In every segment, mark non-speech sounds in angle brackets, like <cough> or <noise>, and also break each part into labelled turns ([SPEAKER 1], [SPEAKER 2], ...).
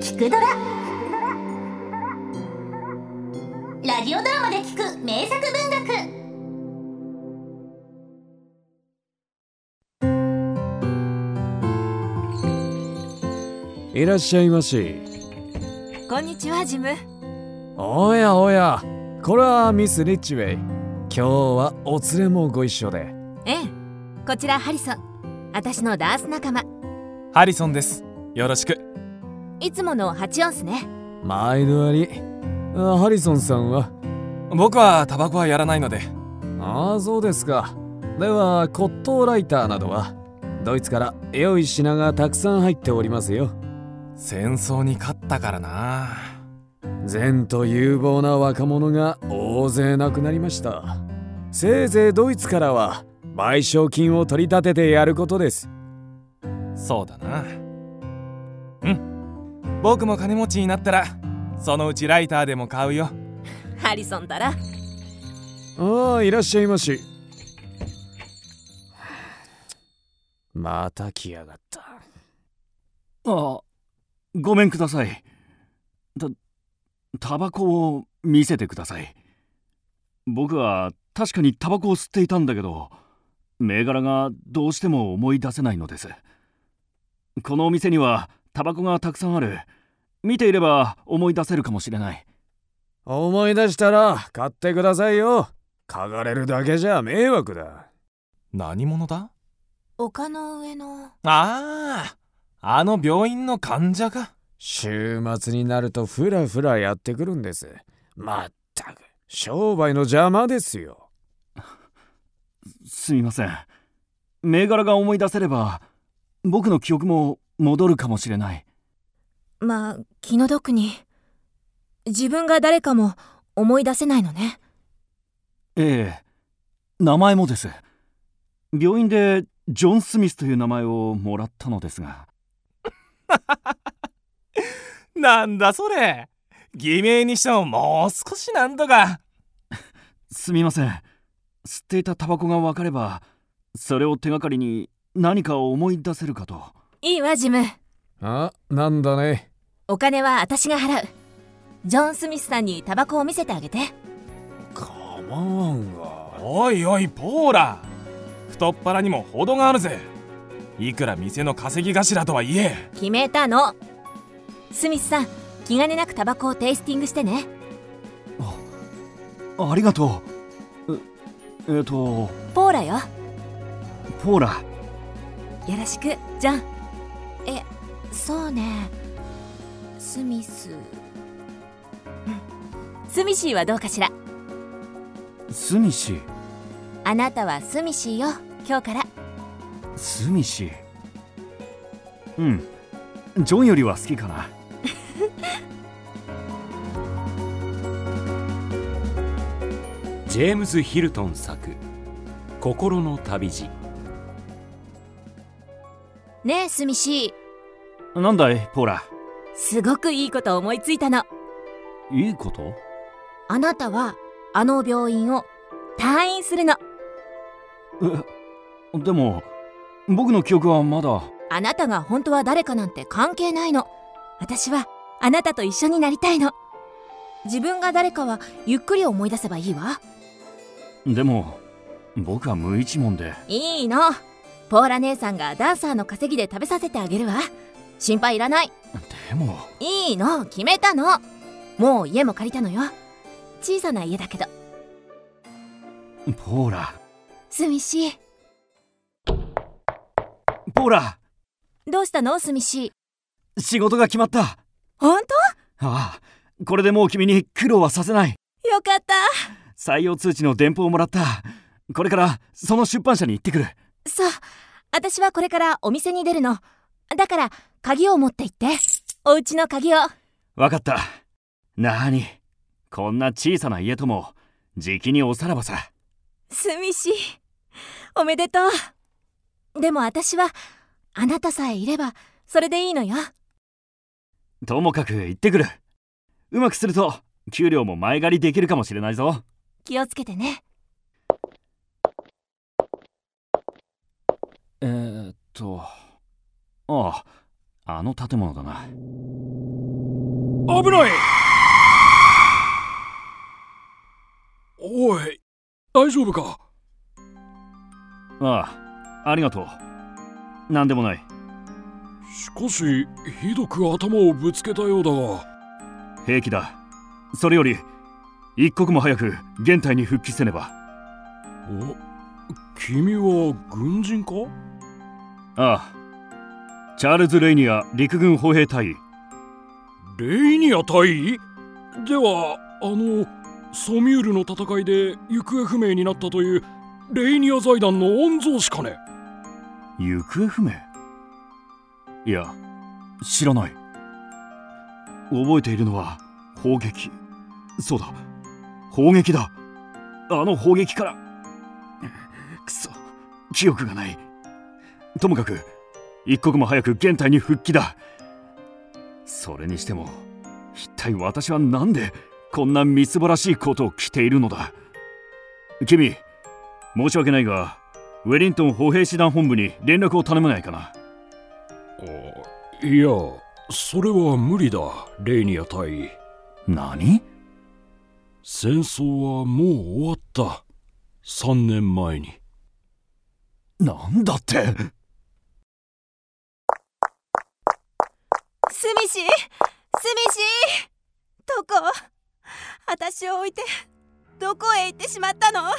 [SPEAKER 1] 聞くドラ」ラジオドラマで聞く名作文学
[SPEAKER 2] いらっしゃいまし
[SPEAKER 3] こんにちはジム
[SPEAKER 2] おやおやこれはミス・リッチウェイ今日はお連れもご一緒で
[SPEAKER 3] ええこちらハリソン私のダンス仲間
[SPEAKER 4] ハリソンですよろしく
[SPEAKER 3] いつもの8オンスね
[SPEAKER 2] 毎度ありあハリソンさんは
[SPEAKER 4] 僕はタバコはやらないので
[SPEAKER 2] ああそうですかでは骨董ライターなどはドイツから良い品がたくさん入っておりますよ
[SPEAKER 4] 戦争に勝ったからな
[SPEAKER 2] 善と有望な若者が大勢亡くなりましたせいぜいドイツからは賠償金を取り立ててやることです
[SPEAKER 4] そうだなうん僕も金持ちになったらそのうちライターでも買うよ
[SPEAKER 3] ハリソンたら
[SPEAKER 2] ああいらっしゃいましまた来やがった
[SPEAKER 5] ああ、ごめんください。た、タバコを見せてください。僕は確かにタバコを吸っていたんだけど、銘柄がどうしても思い出せないのです。このお店にはタバコがたくさんある。見ていれば思い出せるかもしれない。
[SPEAKER 2] 思い出したら買ってくださいよ嗅がれるだけじゃ迷惑だ
[SPEAKER 4] 何者だ
[SPEAKER 3] 丘の上の
[SPEAKER 4] あああの病院の患者か
[SPEAKER 2] 週末になるとふらふらやってくるんですまったく商売の邪魔ですよ
[SPEAKER 5] すみません。銘柄が思い出せれば、僕の記憶も戻るかもしれない。
[SPEAKER 3] まあ気の毒に自分が誰かも思い出せないのね
[SPEAKER 5] ええ、名前もです。病院でジョン・スミスという名前をもらったのですが、
[SPEAKER 4] なんだそれ偽名にしてももう少しなんとか
[SPEAKER 5] すみません。吸っていたタバコがわかれば、それを手がかりに何かを思い出せるかと。
[SPEAKER 3] いいわジム
[SPEAKER 2] あなんだね
[SPEAKER 3] お金は私が払うジョン・スミスさんにタバコを見せてあげて
[SPEAKER 2] 構わんが
[SPEAKER 4] おいおいポーラ太っ腹にも程があるぜいくら店の稼ぎ頭とはいえ
[SPEAKER 3] 決めたのスミスさん気兼ねなくタバコをテイスティングしてね
[SPEAKER 5] ありがとう。え、えっと、
[SPEAKER 3] ポーラよ
[SPEAKER 5] ポーラ、
[SPEAKER 3] よろしくじゃんえそうねスミスうんスミシーはどうかしら
[SPEAKER 5] スミシ、
[SPEAKER 3] あなたはスミシーよ今日から
[SPEAKER 5] スミシ。うん、ジョンよりは好きかな。
[SPEAKER 6] ジェームズ・ヒルトン作「心の旅路
[SPEAKER 3] ねえスミシー
[SPEAKER 5] なんだい、ポーラ。
[SPEAKER 3] すごくいいこと思いついたの
[SPEAKER 5] いいこと
[SPEAKER 3] あなたはあの病院を退院するの
[SPEAKER 5] え、でも、僕の記憶はまだ。
[SPEAKER 3] あなたが本当は誰かなんて関係ないの私はあなたと一緒になりたいの自分が誰かはゆっくり思い出せばいいわ
[SPEAKER 5] でも僕は無一文で
[SPEAKER 3] いいのポーラ姉さんがダンサーの稼ぎで食べさせてあげるわ心配いらない
[SPEAKER 5] でも
[SPEAKER 3] いいの決めたのもう家も借りたのよ小さな家だけど
[SPEAKER 5] ポーラ
[SPEAKER 3] スミシー
[SPEAKER 5] ポーラ
[SPEAKER 3] どうしたのスミシー
[SPEAKER 5] 仕事が決まったあ
[SPEAKER 3] 本
[SPEAKER 5] あこれでもう君に苦労はさせない
[SPEAKER 3] 当よかった
[SPEAKER 5] 採用通知の電報をもらったこれからその出版社に行ってくる
[SPEAKER 3] そう私はこれからお店に出るのだから鍵を持って行ってお家の鍵を
[SPEAKER 5] わかったなーにこんな小さな家ともじきにおさらばさ
[SPEAKER 3] スミシーおめでとうでも私はあなたさえいればそれでいいのよ
[SPEAKER 5] ともかく行ってくるうまくすると給料も前借りできるかもしれないぞ
[SPEAKER 3] 気をつけてね
[SPEAKER 5] えー、っとあああの建物だな
[SPEAKER 4] 危ないおい大丈夫か
[SPEAKER 5] ああありがとう何でもない
[SPEAKER 4] 少しひどく頭をぶつけたようだが
[SPEAKER 5] 平気だそれより一刻も早く現代に復帰せねば
[SPEAKER 4] お君は軍人か
[SPEAKER 5] ああチャールズ・レイニア陸軍歩兵隊員
[SPEAKER 4] レイニア隊員ではあのソミュールの戦いで行方不明になったというレイニア財団の御曹司かね
[SPEAKER 5] 行方不明いや知らない覚えているのは砲撃そうだ砲撃だあの砲撃から <laughs> くそ記憶がないともかく一刻も早く現代に復帰だそれにしても一体私はなんでこんなみすぼらしいことを着ているのだ君申し訳ないがウェリントン歩兵師団本部に連絡を頼めないかない
[SPEAKER 4] やそれは無理だレイニア隊員
[SPEAKER 5] 何
[SPEAKER 4] 戦争はもう終わった3年前に
[SPEAKER 5] なんだって
[SPEAKER 3] スミシースミシーどこ私を置いてどこへ行ってしまったのハ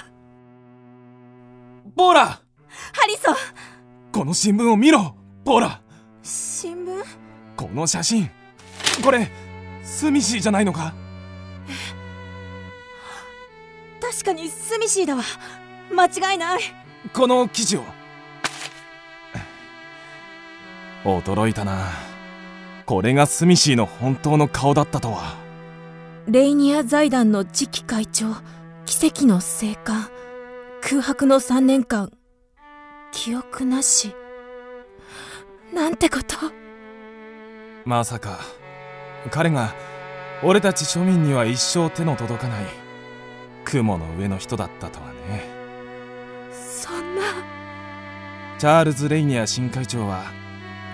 [SPEAKER 4] ボラ
[SPEAKER 3] リソン
[SPEAKER 4] この新聞を見ろボラ
[SPEAKER 3] 新聞
[SPEAKER 4] この写真これスミシーじゃないのか
[SPEAKER 3] 確かにスミシーだわ間違いない
[SPEAKER 4] この記事を驚いたなこれがスミシーの本当の顔だったとは
[SPEAKER 3] レイニア財団の次期会長奇跡の生還空白の3年間記憶なしなんてこと
[SPEAKER 4] まさか彼が俺たち庶民には一生手の届かない雲の上の人だったとはね
[SPEAKER 3] そんな
[SPEAKER 4] チャールズ・レイニア新会長は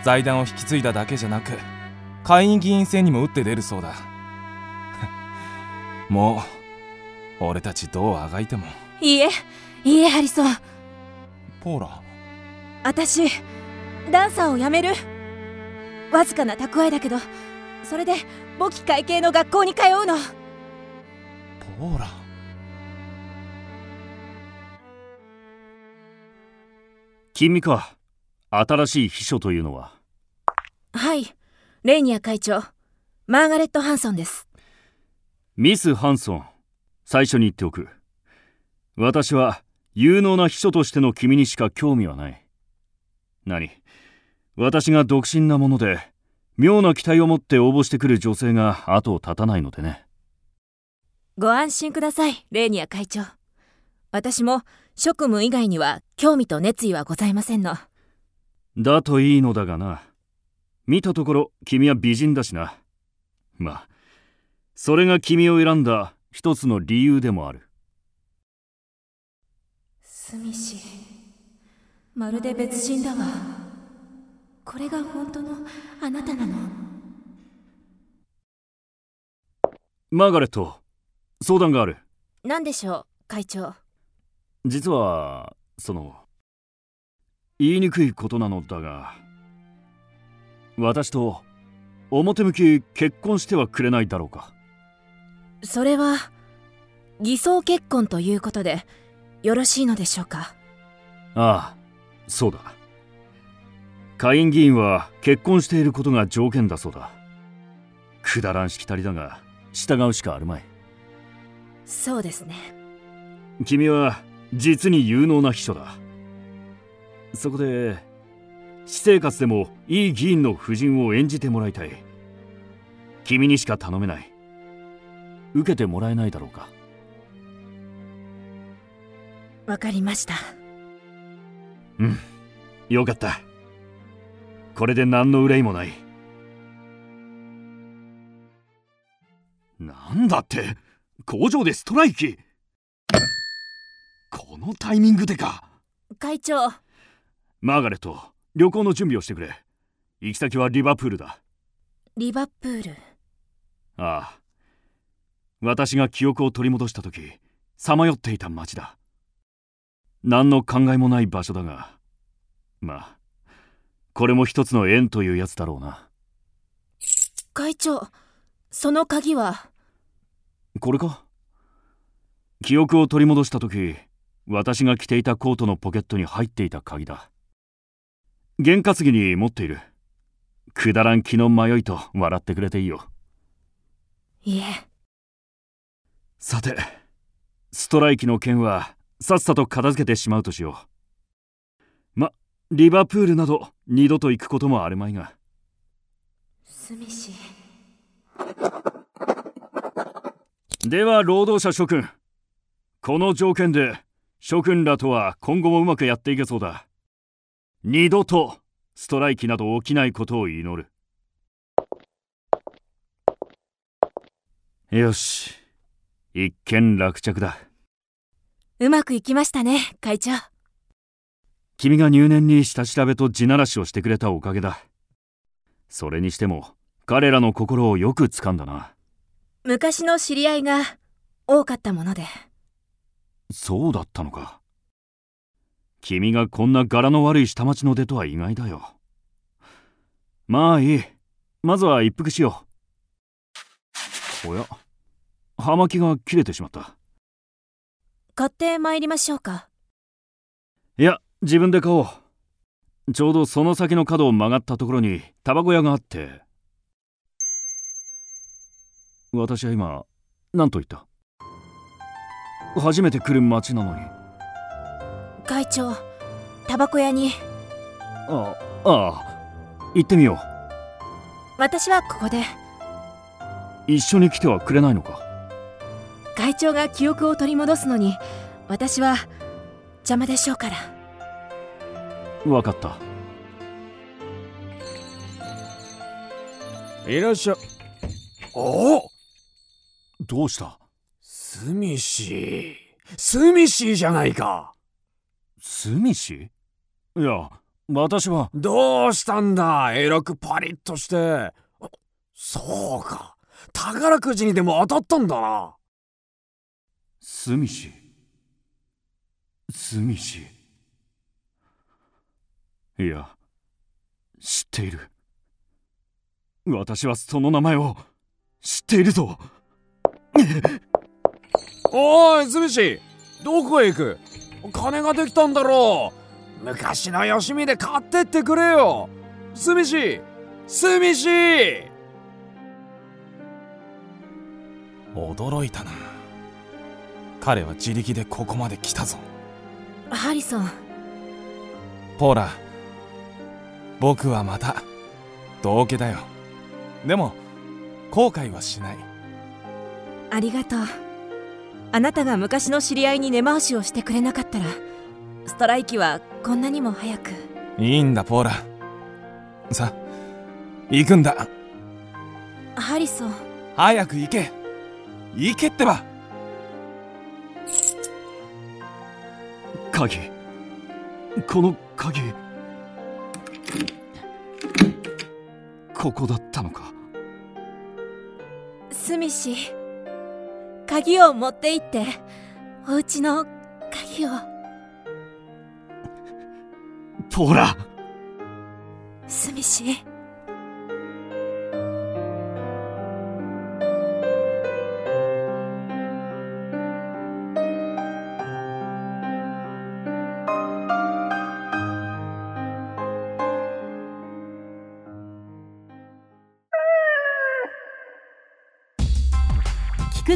[SPEAKER 4] 財団を引き継いだだけじゃなく下院議員選にも打って出るそうだ <laughs> もう俺たちどうあがいても
[SPEAKER 3] いいえいいえハリソン
[SPEAKER 4] ポーラ
[SPEAKER 3] 私ダンサーを辞めるわずかな蓄えだけどそれで簿記会計の学校に通うの
[SPEAKER 4] ポーラ
[SPEAKER 5] 君か新しい秘書というのは
[SPEAKER 3] はいレイニア会長マーガレット・ハンソンです
[SPEAKER 5] ミス・ハンソン最初に言っておく私は有能な秘書としての君にしか興味はない何私が独身なもので妙な期待を持って応募してくる女性が後を絶たないのでね
[SPEAKER 3] ご安心くださいレーニア会長私も職務以外には興味と熱意はございませんの
[SPEAKER 5] だといいのだがな見たところ君は美人だしなまあそれが君を選んだ一つの理由でもある
[SPEAKER 3] スミシまるで別人だわこれが本当のあなたなの
[SPEAKER 5] マーガレット相談がある
[SPEAKER 3] 何でしょう会長
[SPEAKER 5] 実はその言いにくいことなのだが私と表向き結婚してはくれないだろうか
[SPEAKER 3] それは偽装結婚ということでよろしいのでしょうか
[SPEAKER 5] ああそうだ下院議員は結婚していることが条件だそうだくだらんしきたりだが従うしかあるまい
[SPEAKER 3] そうですね
[SPEAKER 5] 君は実に有能な秘書だそこで私生活でもいい議員の夫人を演じてもらいたい君にしか頼めない受けてもらえないだろうか
[SPEAKER 3] わかりました
[SPEAKER 5] うんよかったこれで何の憂いもないなんだって工場でストライキこのタイミングでか
[SPEAKER 3] 会長
[SPEAKER 5] マーガレット旅行の準備をしてくれ行き先はリバプールだ。
[SPEAKER 3] リバプール
[SPEAKER 5] ああ。私が記憶を取り戻した時、さまよっていた町だ。何の考えもない場所だが、まあ、これも一つの縁というやつだろうな。
[SPEAKER 3] 会長その鍵は
[SPEAKER 5] これか記憶を取り戻した時私が着ていたコートのポケットに入っていた鍵だ験担ぎに持っているくだらん気の迷いと笑ってくれていいよ
[SPEAKER 3] いえ
[SPEAKER 5] さてストライキの件はさっさと片付けてしまうとしようまリバプールなど二度と行くこともあるまいが
[SPEAKER 3] スミシ
[SPEAKER 5] では労働者諸君この条件で諸君らとは今後もうまくやっていけそうだ二度とストライキなど起きないことを祈るよし一件落着だ
[SPEAKER 3] うまくいきましたね会長
[SPEAKER 5] 君が入念に下調べと地ならしをしてくれたおかげだそれにしても彼らの心をよく掴んだな
[SPEAKER 3] 昔の知り合いが多かったもので
[SPEAKER 5] そうだったのか。君がこんな柄の悪い下町の出とは意外だよ。まあいい。まずは一服しよう。おや、葉巻が切れてしまった。
[SPEAKER 3] 買って参りましょうか
[SPEAKER 5] いや、自分で買おう。ちょうどその先の角を曲がったところにタバコ屋があって。私は今、何と言った初めて来る町なのに。
[SPEAKER 3] 会長タバコ屋に
[SPEAKER 5] ああ、ああ、行ってみよう。
[SPEAKER 3] 私はここで
[SPEAKER 5] 一緒に来てはくれないのか
[SPEAKER 3] 会長が記憶を取り戻すのに私は邪魔でしょうから
[SPEAKER 5] わかった
[SPEAKER 2] いらっしゃおお
[SPEAKER 5] どうした
[SPEAKER 2] スミシースミシーじゃないか
[SPEAKER 5] スミシいや私は
[SPEAKER 2] どうしたんだエロくパリッとしてあそうか宝くじにでも当たったんだな
[SPEAKER 5] スミシスミシいや知っている私はその名前を知っているぞ
[SPEAKER 2] おいスミシーどこへ行く金ができたんだろう昔のよしみで買ってってくれよスミシースミシー
[SPEAKER 7] 驚いたな彼は自力でここまで来たぞ
[SPEAKER 3] ハリソン
[SPEAKER 7] ポーラ僕はまた道家だよでも後悔はしない
[SPEAKER 3] ありがとうあなたが昔の知り合いに根回しをしてくれなかったらストライキはこんなにも早く
[SPEAKER 7] いいんだポーラさ行くんだ
[SPEAKER 3] ハリソン
[SPEAKER 7] 早く行け行けってば
[SPEAKER 5] 鍵この鍵ここだったのか
[SPEAKER 3] スミシ鍵を持って行ってお家の鍵を
[SPEAKER 5] ポーラ
[SPEAKER 3] スミシ
[SPEAKER 8] キク